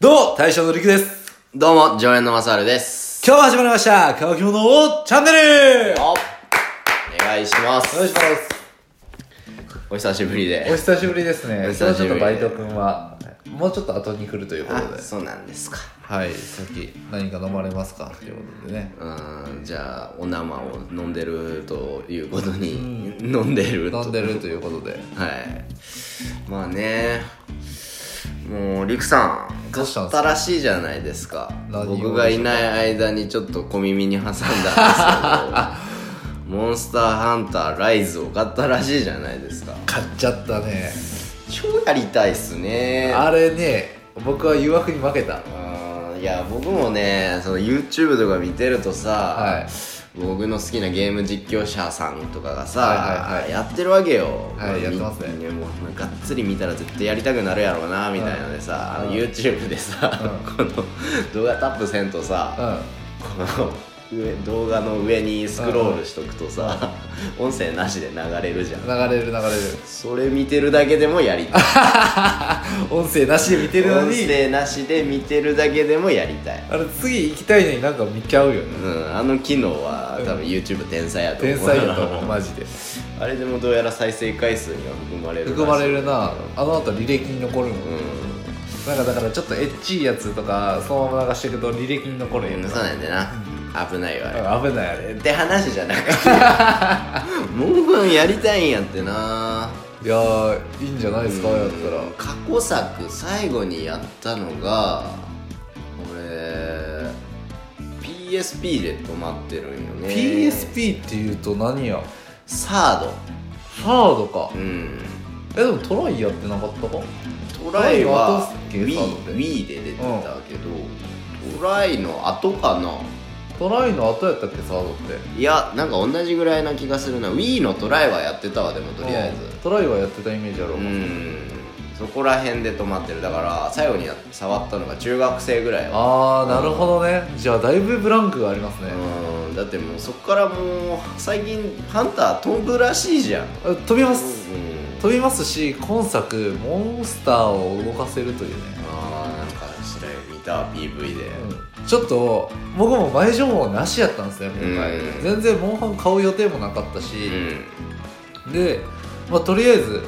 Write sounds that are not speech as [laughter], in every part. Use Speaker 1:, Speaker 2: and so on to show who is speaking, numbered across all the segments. Speaker 1: どうも、大将のりくです。
Speaker 2: どうも、常連のマサールです。
Speaker 1: 今日も始まりました、川京のチャンネル
Speaker 2: お願いしま
Speaker 1: お願い
Speaker 2: す。
Speaker 1: します。
Speaker 2: お久しぶり
Speaker 1: お
Speaker 2: で。
Speaker 1: 久しぶりですね。
Speaker 2: お
Speaker 1: 今
Speaker 2: 久
Speaker 1: 日ち
Speaker 2: し
Speaker 1: ょ
Speaker 2: ぶ
Speaker 1: っと
Speaker 2: りで
Speaker 1: バイト君は、もうちょっと後に来るということ
Speaker 2: あ、
Speaker 1: で。
Speaker 2: そうなんですか。
Speaker 1: はい、さっき何か飲まれますかっていうことでね。
Speaker 2: うーん、じゃあ、お生を飲んでるということに、飲んでると。
Speaker 1: 飲んでるということで。
Speaker 2: はい。まあね、もう、りくさん、
Speaker 1: どうしたんですか
Speaker 2: 新しいじゃないですか。
Speaker 1: 何を
Speaker 2: 僕がいない間にちょっと小耳に挟んだん
Speaker 1: [laughs]
Speaker 2: ですけど、モンスターハンターライズを買ったらしいじゃないですか。
Speaker 1: 買っちゃったね。
Speaker 2: 超やりたいっすね。
Speaker 1: あれね、僕は誘惑に負け
Speaker 2: う
Speaker 1: た。
Speaker 2: んいや僕もねその YouTube とか見てるとさ、
Speaker 1: はい
Speaker 2: 僕の好きなゲーム実況者さんとかがさ、
Speaker 1: はいはいはい
Speaker 2: やってるわけよ、
Speaker 1: はいやってますね
Speaker 2: みもうがっつり見たら絶対やりたくなるやろうなみたいなのでさ、あの YouTube でさ、この動画タップせんとさ、
Speaker 1: う
Speaker 2: この上動画の上にスクロールしとくとさ、音声なしで流れるじゃん
Speaker 1: ん。流れる流れる。
Speaker 2: それ見てるだけでもやりたい
Speaker 1: 音声なしで見てるの
Speaker 2: 音
Speaker 1: に、
Speaker 2: 声なしで見てるだけでもやりたい
Speaker 1: あれ次行きたいのになんか見ちゃうよね。
Speaker 2: うん、あの機能は多分 YouTube 天才やと思う
Speaker 1: 天才だと思う、マ [laughs] ジで。
Speaker 2: [laughs] あれでもどうやら再生回数には含まれるらしい
Speaker 1: 含まれるな。あの後履歴に残るもん。なんかだからちょっとエッチいやつとかそのまま流していくと履歴に残る
Speaker 2: う
Speaker 1: や
Speaker 2: ん
Speaker 1: ん
Speaker 2: 許
Speaker 1: な
Speaker 2: さないんでな、危ないよあれ、
Speaker 1: うん危ないあ
Speaker 2: っ
Speaker 1: れ
Speaker 2: て話じゃなくて
Speaker 1: [laughs]
Speaker 2: モンハンやりたいんやってない
Speaker 1: やーいいんじゃないですかやったら
Speaker 2: 過去作最後にやったのが俺 PSP で止まってるんよね
Speaker 1: PSP っていうと何や
Speaker 2: サー
Speaker 1: サードか
Speaker 2: ドうん
Speaker 1: えでもトライやってなかったか
Speaker 2: トライは
Speaker 1: トライは後
Speaker 2: Wii, Wii で出てたけど、トライの後かな
Speaker 1: トライの後やったっけサードって
Speaker 2: いやなんか同じぐらいな気がするな Wii のトライはやってたわでもとりあえ
Speaker 1: うん
Speaker 2: ず
Speaker 1: トライはやってたイメージやろ
Speaker 2: うんそこら辺で止まってるだから最後にや触ったのが中学生ぐらいは
Speaker 1: ああなるほどねじゃあだいぶブランクがありますね
Speaker 2: うんだってもうそこからもう最近ハンター飛ぶらしいじゃん
Speaker 1: あ飛びます
Speaker 2: うん
Speaker 1: 飛びますし今作モンスターを動かせるというね
Speaker 2: あーなんかそれ見た PV で
Speaker 1: ちょっと僕も前情報なしやったんですね今回、
Speaker 2: うん
Speaker 1: 全然モンハン買う予定もなかった
Speaker 2: う
Speaker 1: し、
Speaker 2: ん
Speaker 1: で、まあ、とりあえず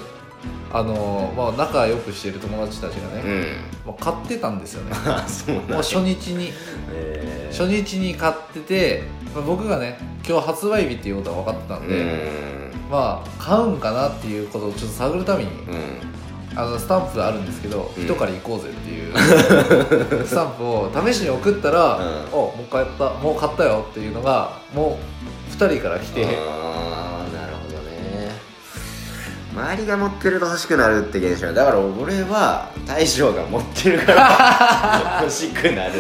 Speaker 1: あのーまあ、仲良くしてる友達たちが
Speaker 2: う
Speaker 1: ね、
Speaker 2: ん
Speaker 1: まあ、買ってたんですよね
Speaker 2: あそうなん
Speaker 1: もう初日に
Speaker 2: え
Speaker 1: 初日に買ってて、まあ、僕がね今日発売日っていうことは分かってたん
Speaker 2: う
Speaker 1: で、
Speaker 2: ん
Speaker 1: まあ買うんかなっていうことをちょっと探るために
Speaker 2: うん
Speaker 1: あのスタンプあるんですけど「
Speaker 2: うん
Speaker 1: 一、狩り行こうぜ」ってい
Speaker 2: [laughs]
Speaker 1: うスタンプを試しに送ったら
Speaker 2: うん
Speaker 1: 「おもう買ったもう買ったよ」っていうのがもう2人から来て
Speaker 2: あーなるほどね周りが持ってると欲しくなるって現象だから俺は大将が持ってるから
Speaker 1: [laughs]
Speaker 2: 欲しくなる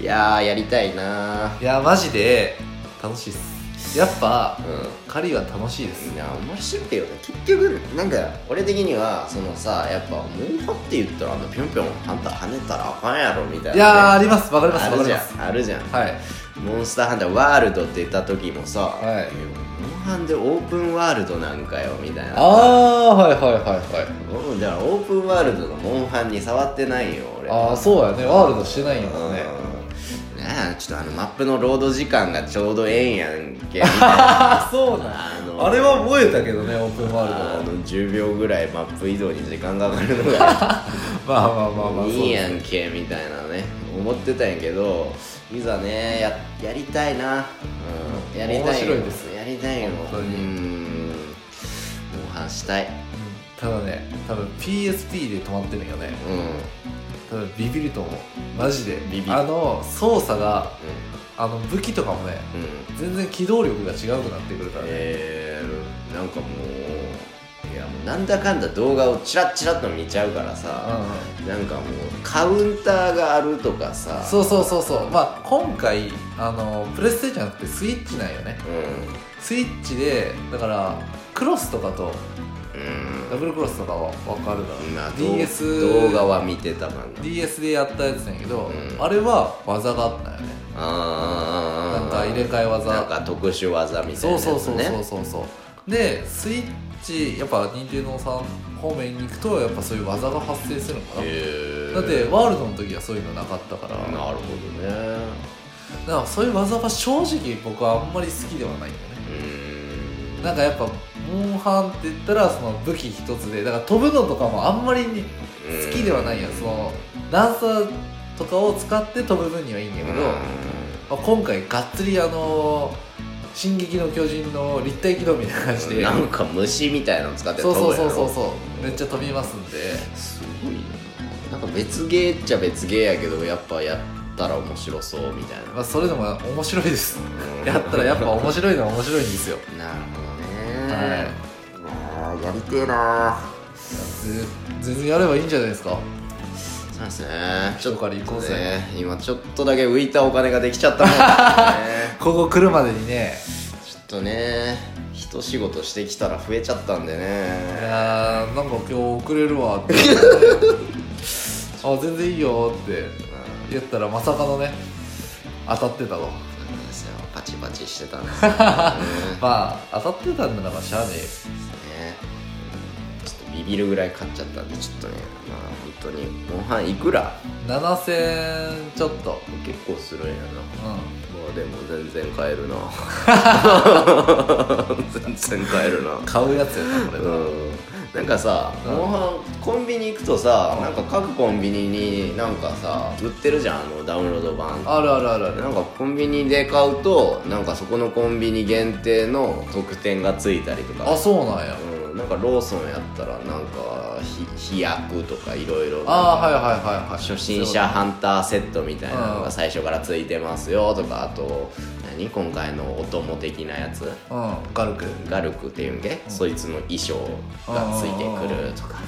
Speaker 2: いやーやりたいない
Speaker 1: やマジで楽しいっすやっぱ
Speaker 2: う
Speaker 1: 狩りは楽しいです
Speaker 2: んいや面白いよね結局なんか俺的にはそのさやっぱモンハって言ったらあのぴょんぴょんハンター跳ねたらあかんやろみたいない
Speaker 1: やーあ
Speaker 2: ね
Speaker 1: りますわかります
Speaker 2: あ
Speaker 1: わか
Speaker 2: る
Speaker 1: り
Speaker 2: じ
Speaker 1: ま
Speaker 2: ゃ
Speaker 1: す
Speaker 2: んあるじゃん
Speaker 1: はい
Speaker 2: モンスターハンターワールドって言った時もさ、
Speaker 1: はい
Speaker 2: モンハンでオープンワールドなんかよみたいな
Speaker 1: ああはいはいはいはい
Speaker 2: うんだからオープンワールドのモンハンに触ってないよ俺
Speaker 1: ああそうやねワールドしてないんですね
Speaker 2: うんねえちょっとあのマップのロード時間がちょうどええんやんけみたいな
Speaker 1: [laughs] ああそうな
Speaker 2: あ
Speaker 1: ん
Speaker 2: の
Speaker 1: あれは燃えたけどねオープンワールド
Speaker 2: あ
Speaker 1: は
Speaker 2: の10秒ぐらいマップ移動に時間がかかるのが
Speaker 1: まあまあまあまあそう
Speaker 2: いいやんけみたいなね思ってたんやけどいざねややりたいな、うん、やりたいよ
Speaker 1: 面白いです
Speaker 2: やりたいよ
Speaker 1: 本当に
Speaker 2: うんモンハンしたい
Speaker 1: ただね多分 PSP で止まってるんよね
Speaker 2: うん、うん
Speaker 1: 多分ビビると思うマジで
Speaker 2: ビビる
Speaker 1: あの操作があの武器とかもね
Speaker 2: うん
Speaker 1: 全然機動力が違うくなってくるからね、
Speaker 2: えー、なんかもういやもうなんだかんだ動画をチラッチラッと見ちゃうから
Speaker 1: うん
Speaker 2: さ、
Speaker 1: うん
Speaker 2: なんかもうカウンターがあるとかさ
Speaker 1: そうそうそうそうまあ今回あのプレステじゃなくてスイッチなんよね
Speaker 2: うん
Speaker 1: スイッチでだからクロスとかと
Speaker 2: う
Speaker 1: ダブルクロスとかは分かるから、
Speaker 2: んまあどう
Speaker 1: DS
Speaker 2: 動画は見てたかな
Speaker 1: DS でやったやつなんやけ
Speaker 2: う
Speaker 1: ど、
Speaker 2: ん
Speaker 1: あれは技があったよね
Speaker 2: あ
Speaker 1: な
Speaker 2: ー
Speaker 1: んか入れ替え技
Speaker 2: なんか特殊技みたいな
Speaker 1: そ
Speaker 2: や
Speaker 1: う
Speaker 2: つ、ね、
Speaker 1: そうそうそうそうそうでスイッちやっぱ任天堂さん方面に行くとやっぱそういう技が発生するのかな、
Speaker 2: へ
Speaker 1: だってワールドの時はそういうのなかったから、だか
Speaker 2: なるほどね
Speaker 1: らそういう技は正直僕はあんまり好きではないんだね
Speaker 2: うーん
Speaker 1: なんかやっぱモンハンって言ったらその武器一つでだから飛ぶのとかもあんまりに好きではないやその段差とかを使って飛ぶ分にはいいんだけど、まあ、今回がっつりあの「進撃の巨人」の立体機動みたいな感じで
Speaker 2: なんか虫みたいなの使って
Speaker 1: そう
Speaker 2: 飛ぶ
Speaker 1: そう
Speaker 2: やろ
Speaker 1: そうそうそうめっちゃ飛びますんです
Speaker 2: ごいななんか別ゲーっちゃ別ゲーやけどやっぱやったら面白そうみたいな、
Speaker 1: まあそれでも面白い [laughs] です
Speaker 2: うん
Speaker 1: やったらやっぱ面白いのは面白いんですよ
Speaker 2: なる
Speaker 1: はい
Speaker 2: ほどねあーやりてえな
Speaker 1: ぜ全然やればいいんじゃないですか
Speaker 2: そうですね
Speaker 1: ちょっとから行こうぜ、
Speaker 2: ね今ちょっとだけ浮いたお金ができちゃったもんね
Speaker 1: ここ来るまでにね
Speaker 2: ちょっとね一仕事してきたら増えちゃったんで
Speaker 1: い
Speaker 2: ね
Speaker 1: やーなんか今日遅れるわ [laughs] ってあ全然いいよって言ったらまさかのね当たってたと
Speaker 2: そうなんですよパチパチしてたんですよ、ね [laughs]
Speaker 1: まあ当たってたんならばしゃあね
Speaker 2: ねちょっとビビるぐらい買っちゃったんでちょっとねまあ本当にモンハンいくら
Speaker 1: え7000ちょっと
Speaker 2: 結構するんやなま
Speaker 1: う
Speaker 2: あでも全然買えるな [laughs] 全然買えるなん
Speaker 1: 買うやつやな [laughs] これ、
Speaker 2: うんなんかさ、
Speaker 1: うん
Speaker 2: モンハンコンビニ行くとさ、なんか各コンビニになんかさ売ってるじゃんあのダウンロード版
Speaker 1: あるあるあるある
Speaker 2: なんかコンビニで買うとなんかそこのコンビニ限定の特典がついたりと
Speaker 1: あ
Speaker 2: か
Speaker 1: そうなんや
Speaker 2: うん、なんかローソンやったらなんかひ飛躍とかいろいろ
Speaker 1: あーはいはいはいはい
Speaker 2: 初心者ハンターセットみたいなの
Speaker 1: うん
Speaker 2: が最初からついてますよとかあと何今回のお供的なやつ
Speaker 1: うんガルク
Speaker 2: ガルクっていうんけ、
Speaker 1: うん
Speaker 2: そいつの衣装がついてくるとか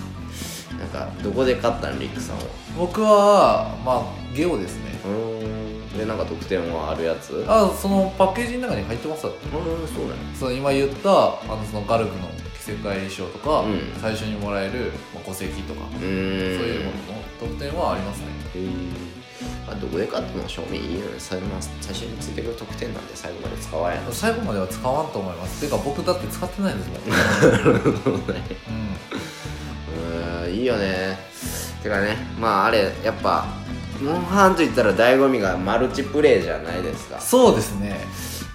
Speaker 2: なんかどこで買ったんリックさんは
Speaker 1: 僕はまあゲオですね
Speaker 2: うーんでなんか特典はあるやつう
Speaker 1: あそのパッケージの中に入ってます
Speaker 2: ーんそうだね
Speaker 1: その今言ったあのそのガルクの着せ替え衣装とか、
Speaker 2: うん
Speaker 1: 最初にもらえる、まあ、戸籍とか、
Speaker 2: う
Speaker 1: そう
Speaker 2: ーん
Speaker 1: いうものの特典はありますね
Speaker 2: へーあどこで買っても賞味いいよね最最初についてくる特典なんで最後まで使わんやん
Speaker 1: 最後までは使わんと思いますてか僕だって使ってないですもん、うん、
Speaker 2: [laughs] うーんいいよねてかねまああれやっぱモンハンといったら醍醐味がマルチプレイじゃないですか
Speaker 1: そうですね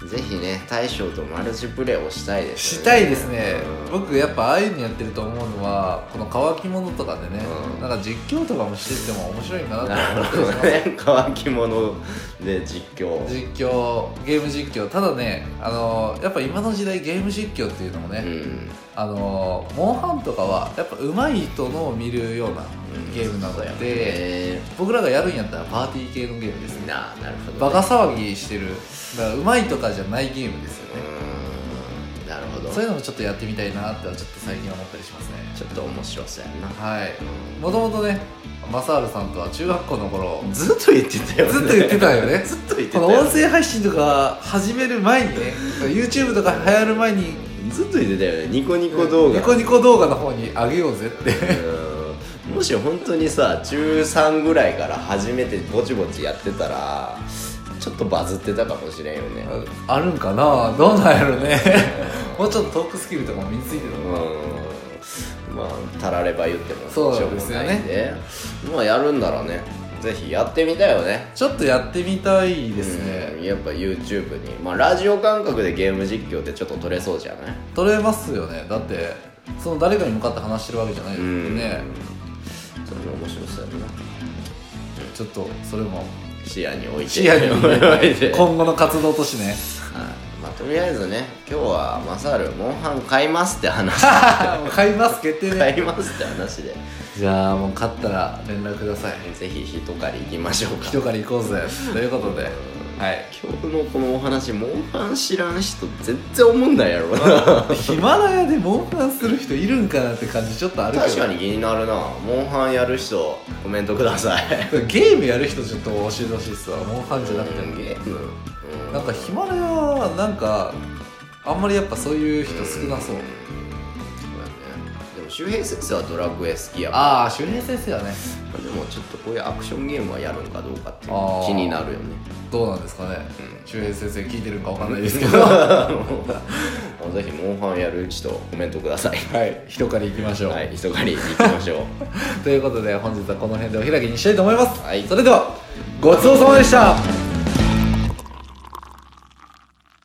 Speaker 2: ぜひね大将とマルチプレイをしたいです
Speaker 1: し
Speaker 2: ね
Speaker 1: たいですね
Speaker 2: うん
Speaker 1: 僕やっぱああいうのやってると思うのはこの乾き物とかでね、
Speaker 2: うん
Speaker 1: なんか実況とかもしてても面白いかな
Speaker 2: なる
Speaker 1: と
Speaker 2: ほど
Speaker 1: 思ってます
Speaker 2: ね乾き物で実況
Speaker 1: 実況ゲーム実況ただねあのやっぱ今の時代ゲーム実況っていうのもね、
Speaker 2: うん
Speaker 1: あのモンハンとかはやっぱ上手い人のを見るようなゲームなの
Speaker 2: そうや
Speaker 1: で、
Speaker 2: ね
Speaker 1: 僕らがやるんやったらパーティー系のゲームですね
Speaker 2: ななるほどね、
Speaker 1: バカ騒ぎしてるだから上手いとかじゃないゲームですよね
Speaker 2: うんなるほど
Speaker 1: そういうのもちょっとやってみたいなってはちょっと最近は思ったりしますね
Speaker 2: ちょっと面白そうやな
Speaker 1: はいもともとねマサールさんとは中学校の頃
Speaker 2: ずっと言ってたよね
Speaker 1: ずっと言ってたよね
Speaker 2: [laughs] ずっと言って
Speaker 1: こ
Speaker 2: た
Speaker 1: の
Speaker 2: よ
Speaker 1: 音声配信とか始める前にね YouTube とか流行る前に
Speaker 2: ずっと言ってたよねニコニコ動画
Speaker 1: ニコニコ動画の方にあげようぜって [laughs]
Speaker 2: うんもし本当にさ中3ぐらいから初めてぼちぼちやってたらちょっとバズってたかもしれんよね
Speaker 1: あるんかなどうなんやろね [laughs] もうちょっとトークスキルとかも身についてるの
Speaker 2: うんまあたられば言っても
Speaker 1: そう
Speaker 2: しょ
Speaker 1: です
Speaker 2: う
Speaker 1: よ
Speaker 2: が
Speaker 1: ね
Speaker 2: ないんでまあやるんならねぜひやってみたいよね
Speaker 1: ちょっとやってみたいです
Speaker 2: う
Speaker 1: ね
Speaker 2: んやっぱ YouTube にまあラジオ感覚でゲーム実況ってちょっと撮れそうじゃない
Speaker 1: 取れますよねだってその誰かに向かって話してるわけじゃないですもんね
Speaker 2: それも面白そうやな
Speaker 1: ちょっとそれも
Speaker 2: 視野に置いて
Speaker 1: 視野
Speaker 2: [laughs]
Speaker 1: に
Speaker 2: 置いて
Speaker 1: 今後の活動としてね
Speaker 2: はいまあとりあえずね今日はマサールモンハン買いますって話
Speaker 1: [laughs] もう買います決定ね
Speaker 2: 買いますって話で
Speaker 1: じゃあもう勝ったら連絡ください
Speaker 2: ぜひ一狩り行きましょうか
Speaker 1: 人から行こうぜということではい [laughs]
Speaker 2: 今日のこのお話モンハン知らん人全然思んないやろな
Speaker 1: ヒマラヤでモンハンする人いるんかなって感じちょっとあるけど
Speaker 2: 確かに気になるなモンハンやる人コメントください
Speaker 1: ゲームやる人ちょっと教えてほしいっすわモンハンじゃなくて
Speaker 2: うんゲームう
Speaker 1: なんかヒマラヤはなんかあんまりやっぱそういう人少なそう
Speaker 2: うんそうだねでも周平先生はドラクエ好きやから
Speaker 1: ああ周平先生はね
Speaker 2: まあでもちょっとこういうアクションゲームはやるんかどうかっていう
Speaker 1: あー
Speaker 2: 気になるよね
Speaker 1: どうなんですかね
Speaker 2: う [laughs]
Speaker 1: [laughs] 周平先生聞いてるんかわかんないですけどは
Speaker 2: ぜひモンハンやる人コメントください
Speaker 1: はい人からいきましょう、
Speaker 2: はい一狩りに行きましょ
Speaker 1: ということで本日はこの辺でお開きにしたいと思います、
Speaker 2: はい
Speaker 1: それではごちそうさまでした